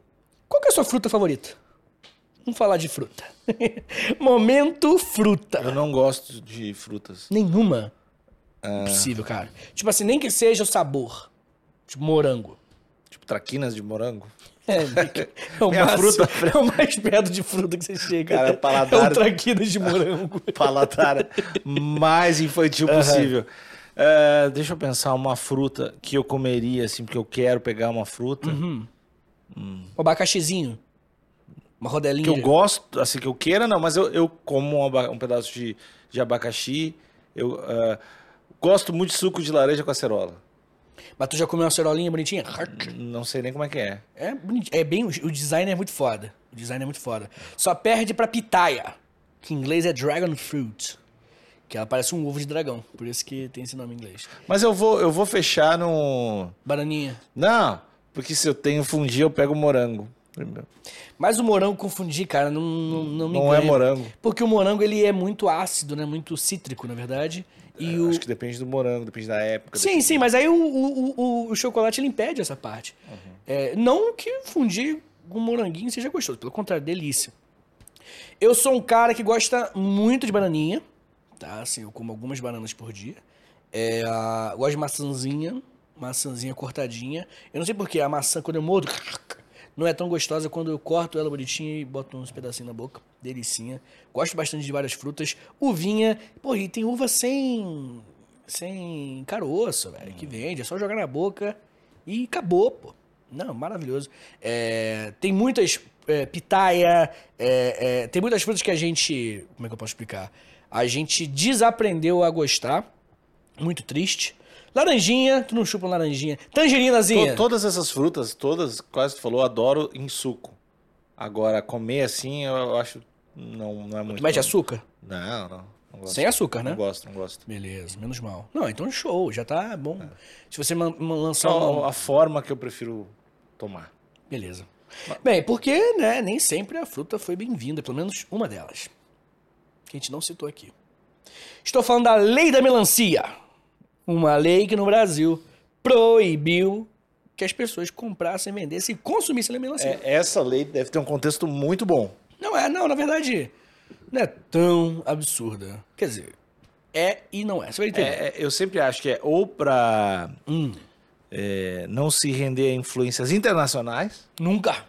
Speaker 2: qual que é a sua fruta favorita? Vamos falar de fruta. (laughs) Momento fruta.
Speaker 1: Eu não gosto de frutas.
Speaker 2: Nenhuma.
Speaker 1: É.
Speaker 2: Impossível, cara. Tipo assim, nem que seja o sabor. Tipo morango.
Speaker 1: Tipo, traquinas de morango. (laughs)
Speaker 2: É, Nick, é o
Speaker 1: Minha
Speaker 2: máximo-
Speaker 1: fruta-
Speaker 2: (laughs) é o mais perto de fruta que você chega.
Speaker 1: Cara,
Speaker 2: É
Speaker 1: paladar-
Speaker 2: um traquinas de
Speaker 1: (laughs)
Speaker 2: morango.
Speaker 1: Paladar mais infantil possível. É, deixa eu pensar uma fruta que eu comeria, assim, porque eu quero pegar uma fruta.
Speaker 2: Um abacaxizinho. Uma rodelinha.
Speaker 1: Que eu gosto, assim, que eu queira, não, mas eu, eu como um, aba- um pedaço de, de abacaxi. Eu é, gosto muito de suco de laranja com acerola.
Speaker 2: Mas tu já comeu uma cerolinha bonitinha?
Speaker 1: Não sei nem como é que é.
Speaker 2: É bonito. É bem. O design é muito foda. O design é muito foda. Só perde pra pitaia, que em inglês é dragon fruit. Que ela parece um ovo de dragão. Por isso que tem esse nome em inglês.
Speaker 1: Mas eu vou, eu vou fechar num.
Speaker 2: Bananinha.
Speaker 1: Não, porque se eu tenho fundir, eu pego morango.
Speaker 2: Mas o morango confundi, cara. Não, não, não me
Speaker 1: Não é
Speaker 2: ganha.
Speaker 1: morango.
Speaker 2: Porque o morango ele é muito ácido, né? Muito cítrico, na verdade. E o.
Speaker 1: Acho que depende do morango, depende da época.
Speaker 2: Sim, sim, mas aí o, o, o, o chocolate ele impede essa parte.
Speaker 1: Uhum.
Speaker 2: É, não que fundir com moranguinho seja gostoso, pelo contrário, delícia. Eu sou um cara que gosta muito de bananinha, tá? Assim, eu como algumas bananas por dia. É, a- gosto de maçãzinha, maçãzinha cortadinha. Eu não sei porquê, a maçã, quando eu mordo, não é tão gostosa quando eu corto ela bonitinha e boto uns pedacinhos na boca. Delicinha. Gosto bastante de várias frutas. Uvinha. Porra, e tem uva sem.
Speaker 1: Hum.
Speaker 2: sem caroço, velho, que vende. É só jogar na boca e acabou, pô. Não, maravilhoso. É, tem muitas é, pitaia, é, é, tem muitas frutas que a gente. Como é que eu posso explicar? A gente desaprendeu a gostar. Muito triste. Laranjinha, tu não chupa uma laranjinha. Tangerinazinha.
Speaker 1: To- todas essas frutas, todas, quase tu falou, adoro em suco. Agora, comer assim, eu eu acho. Não, não é muito.
Speaker 2: tu mete
Speaker 1: bom.
Speaker 2: açúcar?
Speaker 1: Não, não. não gosto.
Speaker 2: Sem açúcar, né?
Speaker 1: Não gosto, não gosto.
Speaker 2: Beleza, menos mal. Não, então show, já tá bom. Se você man- man- lançar
Speaker 1: É. Só
Speaker 2: uma.
Speaker 1: Então, a forma que eu prefiro tomar.
Speaker 2: Beleza. Bem, porque, né, nem sempre a fruta foi bem-vinda, pelo menos uma delas. Que a gente não citou aqui. Estou falando da lei da melancia. Uma lei que no Brasil proibiu que as pessoas comprassem, vendessem e consumissem a melancia.
Speaker 1: É, essa lei deve ter um contexto muito bom.
Speaker 2: Não é, não, na verdade, não é tão absurda. Quer dizer, é e não é. Você vai entender.
Speaker 1: É, é, eu sempre acho que é ou pra
Speaker 2: Hum,
Speaker 1: é, não se render a influências internacionais,
Speaker 2: nunca.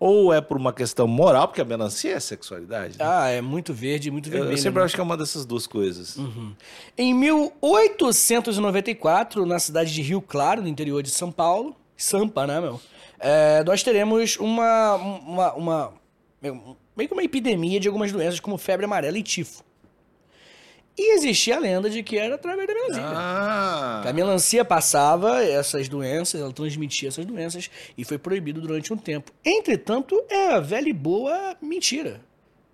Speaker 1: ou é por uma questão moral, porque a melancia é sexualidade. né?
Speaker 2: Ah, é muito verde, muito
Speaker 1: eu, eu
Speaker 2: vermelho.
Speaker 1: sempre
Speaker 2: né? Uhum.
Speaker 1: acho que é uma dessas duas coisas.
Speaker 2: Em 1894, na cidade de Rio Claro, no interior de São Paulo, Sampa, né, meu? É, nós teremos uma, uma, uma- meio que uma epidemia de algumas doenças como febre amarela e tifo. E existia a lenda de que era através da melancia.
Speaker 1: Ah,
Speaker 2: A melancia passava essas doenças, ela transmitia essas doenças e foi proibido durante um tempo. Entretanto, é a velha e boa mentira.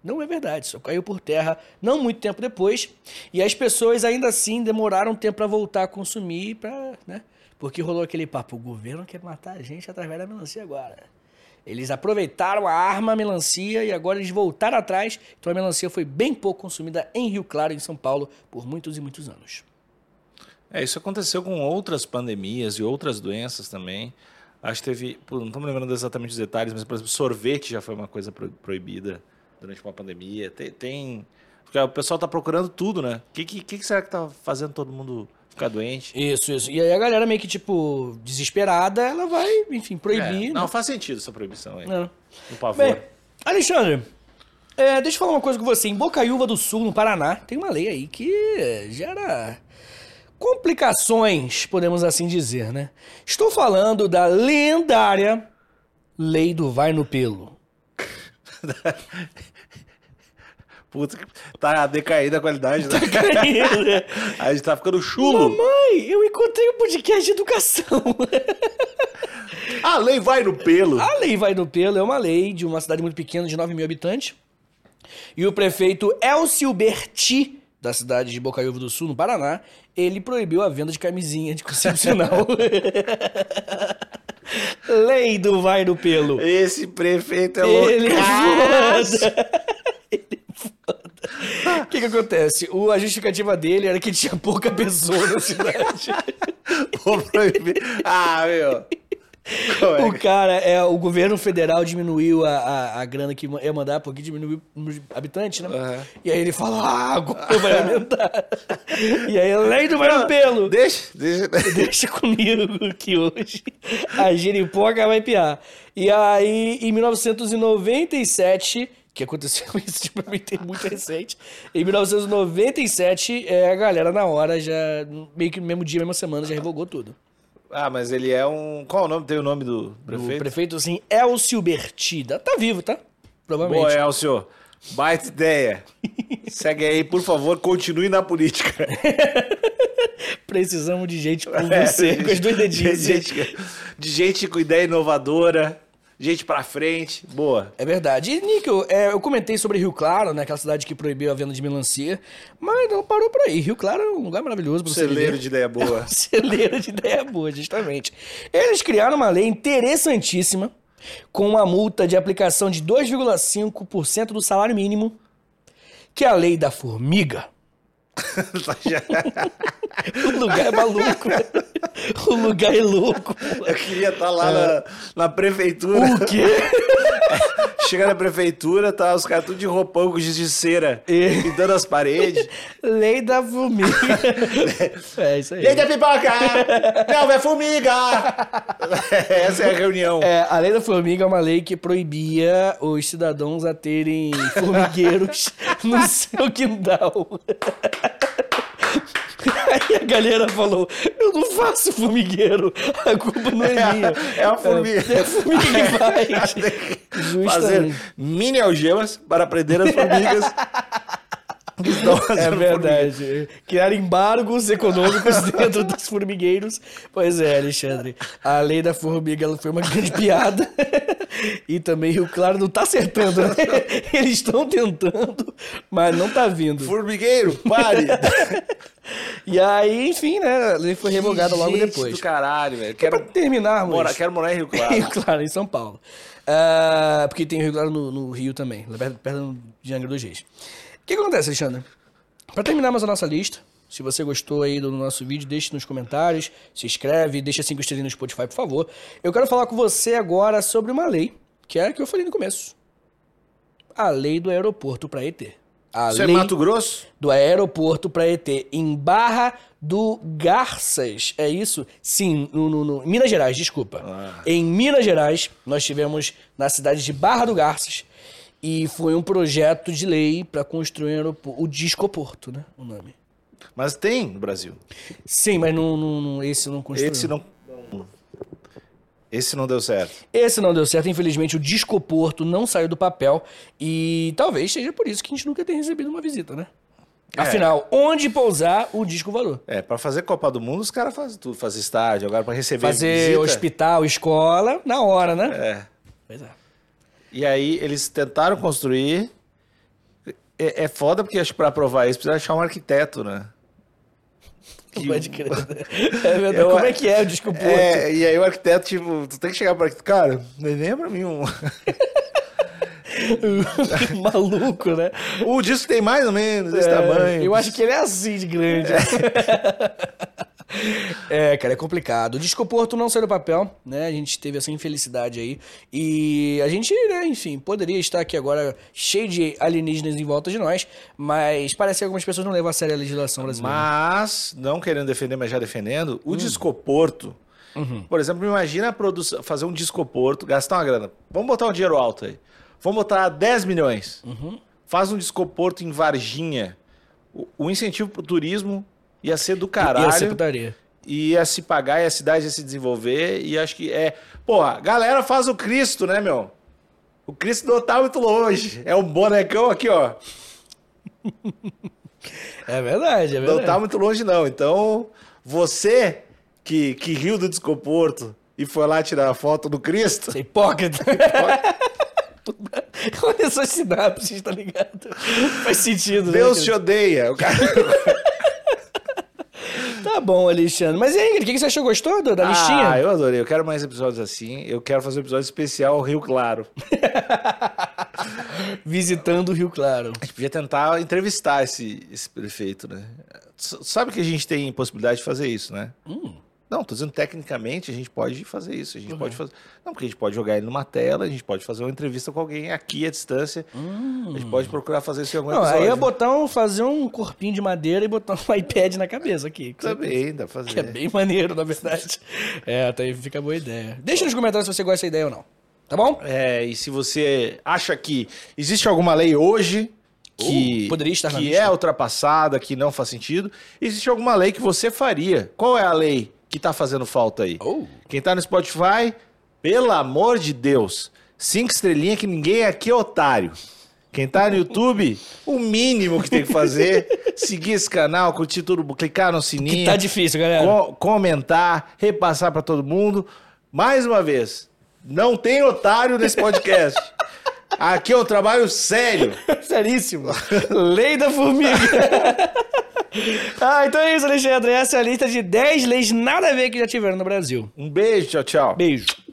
Speaker 2: Não é verdade, só caiu por terra não muito tempo depois. E as pessoas ainda assim demoraram tempo para voltar a consumir, pra, né? Porque rolou aquele papo: o governo quer matar a gente através da melancia agora. Eles aproveitaram a arma, a melancia, e agora eles voltaram atrás. Então a melancia foi bem pouco consumida em Rio Claro, em São Paulo, por muitos e muitos anos.
Speaker 1: é, isso aconteceu com outras pandemias e outras doenças também. Acho que teve, pô, não estou me lembrando exatamente os detalhes, mas por exemplo, sorvete já foi uma coisa pro- proibida durante uma pandemia. Tem, tem- porque o pessoal tá procurando tudo, né? O que, que, que será que tá fazendo todo mundo ficar doente?
Speaker 2: Isso, isso. E aí a galera meio que, tipo, desesperada, ela vai, enfim, proibir.
Speaker 1: É,
Speaker 2: né?
Speaker 1: não faz sentido essa proibição aí.
Speaker 2: É.
Speaker 1: Por favor.
Speaker 2: Bem, Alexandre, é, deixa eu falar uma coisa com você. Em Bocaiúva do Sul, no Paraná, tem uma lei aí que é, gera complicações, podemos assim dizer, né? Estou falando da lendária Lei do Vai no Pelo.
Speaker 1: Puta, que- tá decaída a qualidade, (laughs)
Speaker 2: tá
Speaker 1: né? a gente tá ficando chulo.
Speaker 2: Mamãe, eu encontrei um podcast de educação.
Speaker 1: A lei vai no pelo.
Speaker 2: A lei vai no pelo é uma lei de uma cidade muito pequena, de 9 mil habitantes. E o prefeito Elcio Berti, da cidade de Bocaiúva do Sul, no Paraná, ele proibiu a venda de camisinha de concepcional. (laughs) lei do vai no pelo.
Speaker 1: Esse prefeito é louco.
Speaker 2: Ele é foda. Ele é foda. O que, que acontece? O, a justificativa dele era que tinha pouca pessoa na cidade.
Speaker 1: (laughs) Vou proibir. Ah, meu. Como é
Speaker 2: O
Speaker 1: que-
Speaker 2: cara, é, o governo federal diminuiu a, a, a grana que ia mandar, porque diminuiu os habitantes, né?
Speaker 1: Aham.
Speaker 2: E aí ele fala, ah, agora vai aumentar. e aí, além do vai no pelo,
Speaker 1: é? Deixa, deixa.
Speaker 2: deixa comigo que hoje a giripoca vai piar. E aí, em 1997, que aconteceu (laughs) isso de mim tem muito recente, em 1997, é, a galera na hora já, meio que no mesmo dia, mesma semana, já revogou tudo.
Speaker 1: Ah, mas ele é um. Qual o nome? Tem o nome do
Speaker 2: O
Speaker 1: prefeito?
Speaker 2: prefeito, assim, Elcio Bertida. Tá vivo, tá?
Speaker 1: Boa, é.
Speaker 2: Provavelmente.
Speaker 1: Elcio. Baita ideia. Segue aí, por favor, continue na política.
Speaker 2: Precisamos de
Speaker 1: (laughs)
Speaker 2: gente como você, com os dois dedinhos.
Speaker 1: De É, gente, de gente com ideia inovadora, gente pra frente. Boa.
Speaker 2: É verdade. E, Níquel, é, eu comentei sobre Rio Claro, né? Aquela cidade que proibiu a venda de melancia. Mas não parou por aí. Rio Claro é um lugar maravilhoso pra você
Speaker 1: Celeiro
Speaker 2: viver.
Speaker 1: de ideia boa.
Speaker 2: (laughs) Celeiro de ideia boa, justamente. Eles criaram uma lei interessantíssima, com uma multa de aplicação de 2,5% do salário mínimo, que é a lei da formiga. O lugar é maluco. o lugar é louco.
Speaker 1: (laughs) Eu queria estar lá
Speaker 2: É.
Speaker 1: na, na prefeitura.
Speaker 2: O quê?
Speaker 1: Chega na prefeitura, tá os caras tudo de roupão com giz de cera,
Speaker 2: É.
Speaker 1: pintando as
Speaker 2: (laughs)
Speaker 1: paredes.
Speaker 2: Lei da (laughs) formiga. é isso aí.
Speaker 1: Lei da pipoca! Não, é formiga! (laughs) Essa é a reunião.
Speaker 2: É, a lei da formiga é uma lei que proibia os cidadãos a terem (laughs) formigueiros no seu quintal. Aí a galera falou: Eu não faço formigueiro, a culpa não é,
Speaker 1: É a-
Speaker 2: minha.
Speaker 1: é a formiga.
Speaker 2: (laughs) É, a formiga que faz.
Speaker 1: Fazer
Speaker 2: Justamente.
Speaker 1: mini algemas para prender as
Speaker 2: (laughs)
Speaker 1: formigas. que estão
Speaker 2: É
Speaker 1: fazendo
Speaker 2: verdade. Criar embargos econômicos (laughs) dentro dos formigueiros. Pois é, Alexandre. A lei da formiga ela foi uma grande (laughs) piada. E também Rio Claro não tá acertando,
Speaker 1: (laughs)
Speaker 2: né? Eles estão tentando, mas não tá vindo.
Speaker 1: Formigueiro, pare!
Speaker 2: (laughs) E aí, enfim, né? A lei foi revogada logo
Speaker 1: Gente
Speaker 2: depois.
Speaker 1: do caralho, velho.
Speaker 2: Pra
Speaker 1: Quero,
Speaker 2: terminarmos.
Speaker 1: morar, quero morar em Rio Claro.
Speaker 2: Rio Claro, em São Paulo. Ah, porque tem Rio Claro no, no Rio também, lá perto, perto de Angra dos Reis. O que acontece, Alexandre? Para terminarmos a nossa lista, se você gostou aí do nosso vídeo, deixe nos comentários, se inscreve, deixa cinco estrelas no Spotify, por favor. Eu quero falar com você agora sobre uma lei, que é a que eu falei no começo. A lei do aeroporto para ET. A
Speaker 1: Isso é
Speaker 2: lei
Speaker 1: Mato Grosso?
Speaker 2: do aeroporto para ET, em Barra do Garças. É isso? Sim, no, no- no- Minas Gerais, desculpa.
Speaker 1: Ah.
Speaker 2: Em Minas Gerais, nós tivemos na cidade de Barra do Garças. E foi um projeto de lei para construir um aeroporto, o Discoporto, né? O nome.
Speaker 1: Mas tem no Brasil.
Speaker 2: Sim, mas não, não- não- esse não construiu.
Speaker 1: Esse não. Esse não deu certo.
Speaker 2: Esse não deu certo, infelizmente o Discoporto não saiu do papel e talvez seja por isso que a gente nunca tenha recebido uma visita, né?
Speaker 1: É.
Speaker 2: Afinal, onde pousar o disco valor?
Speaker 1: É, pra fazer Copa do Mundo, os caras fazem tudo, fazem estádio, agora pra receber
Speaker 2: Fazer
Speaker 1: visita.
Speaker 2: hospital, escola, na hora, né?
Speaker 1: É.
Speaker 2: Pois é.
Speaker 1: E aí eles tentaram construir. É, é foda porque acho que pra aprovar isso precisa achar um arquiteto, né? Que-
Speaker 2: Pode crer. É verdade.
Speaker 1: Eu-
Speaker 2: Como é que é o disco porto?
Speaker 1: É, e aí o arquiteto, tipo, tu tem que chegar pro arquiteto. Cara, nem é pra mim um.
Speaker 2: (laughs)
Speaker 1: (laughs)
Speaker 2: Maluco, né? É,
Speaker 1: O disco tem mais ou menos esse tamanho.
Speaker 2: Eu acho que ele é assim de grande. (laughs) É, cara, é complicado. O Disco Porto não saiu do papel, né? A gente teve essa infelicidade aí. E a gente, né, enfim, poderia estar aqui agora cheio de alienígenas em volta de nós, mas parece que algumas pessoas não levam a sério a legislação brasileira.
Speaker 1: Mas, não querendo defender, mas já defendendo, o discoporto.
Speaker 2: Uhum.
Speaker 1: Por exemplo, imagina a produção, fazer um discoporto, gastar uma grana. Vamos botar um dinheiro alto aí. Vamos botar 10 milhões. Faz um discoporto em Varginha. O, o incentivo pro turismo ia ser do caralho.
Speaker 2: Ia ser putaria.
Speaker 1: e ia se pagar, e a cidade ia se desenvolver, e acho que é... Porra, galera faz o Cristo, né, meu? O Cristo não tá muito longe. É um bonecão aqui, ó.
Speaker 2: É verdade, é verdade.
Speaker 1: Não tá muito longe, não. Então, você que, que riu do desconforto e foi lá tirar a foto do Cristo,
Speaker 2: Você é hipócrita. (laughs) Olha essas sinapses, tá ligado? Faz sentido,
Speaker 1: Deus
Speaker 2: né?
Speaker 1: te odeia. O cara...
Speaker 2: (laughs) cara? Tá bom, Alexandre. Mas e aí, o que que você achou? Gostou da, da listinha?
Speaker 1: Ah, eu adorei. Eu quero mais episódios assim. Eu quero fazer um episódio especial ao Rio Claro.
Speaker 2: Visitando o Rio Claro.
Speaker 1: A gente podia tentar entrevistar esse, esse prefeito, né? S- Sabe que a gente tem possibilidade de fazer isso, né?
Speaker 2: Hum. Uhum.
Speaker 1: Não, tô dizendo tecnicamente a gente pode fazer isso. A gente pode fazer. Não, porque a gente pode jogar ele numa tela, a gente pode fazer uma entrevista com alguém aqui à distância. A gente pode procurar fazer isso em algum
Speaker 2: Hum. Não,
Speaker 1: episódio.
Speaker 2: aí ia botar um, fazer um corpinho de madeira e botar um (laughs) iPad na cabeça aqui. que
Speaker 1: Também, dá pra fazer.
Speaker 2: É bem maneiro, na verdade. É, até aí fica boa ideia. Deixa nos comentários se você gosta da ideia ou não. Tá bom?
Speaker 1: É, e se você acha que existe alguma lei hoje que,
Speaker 2: Ou poderia estar na
Speaker 1: que
Speaker 2: lista.
Speaker 1: é ultrapassada, que não faz sentido, existe alguma lei que você faria? Qual é a lei que tá fazendo falta aí?
Speaker 2: Oh.
Speaker 1: Quem tá no Spotify, pelo amor de Deus, cinco estrelinhas que ninguém aqui é otário. Quem tá no YouTube, o mínimo que tem que fazer,
Speaker 2: (laughs)
Speaker 1: seguir esse canal, curtir tudo, clicar no
Speaker 2: Que
Speaker 1: sininho.
Speaker 2: tá difícil, galera.
Speaker 1: Co- comentar, repassar pra todo mundo. Mais uma vez, não tem otário nesse podcast. Aqui é um trabalho sério.
Speaker 2: (laughs) Seríssimo. Lei da formiga. (laughs) ah, então é isso, Alexandre. Essa é a lista de 10 leis nada a ver que já tiveram no Brasil.
Speaker 1: Um beijo, tchau, tchau.
Speaker 2: Beijo.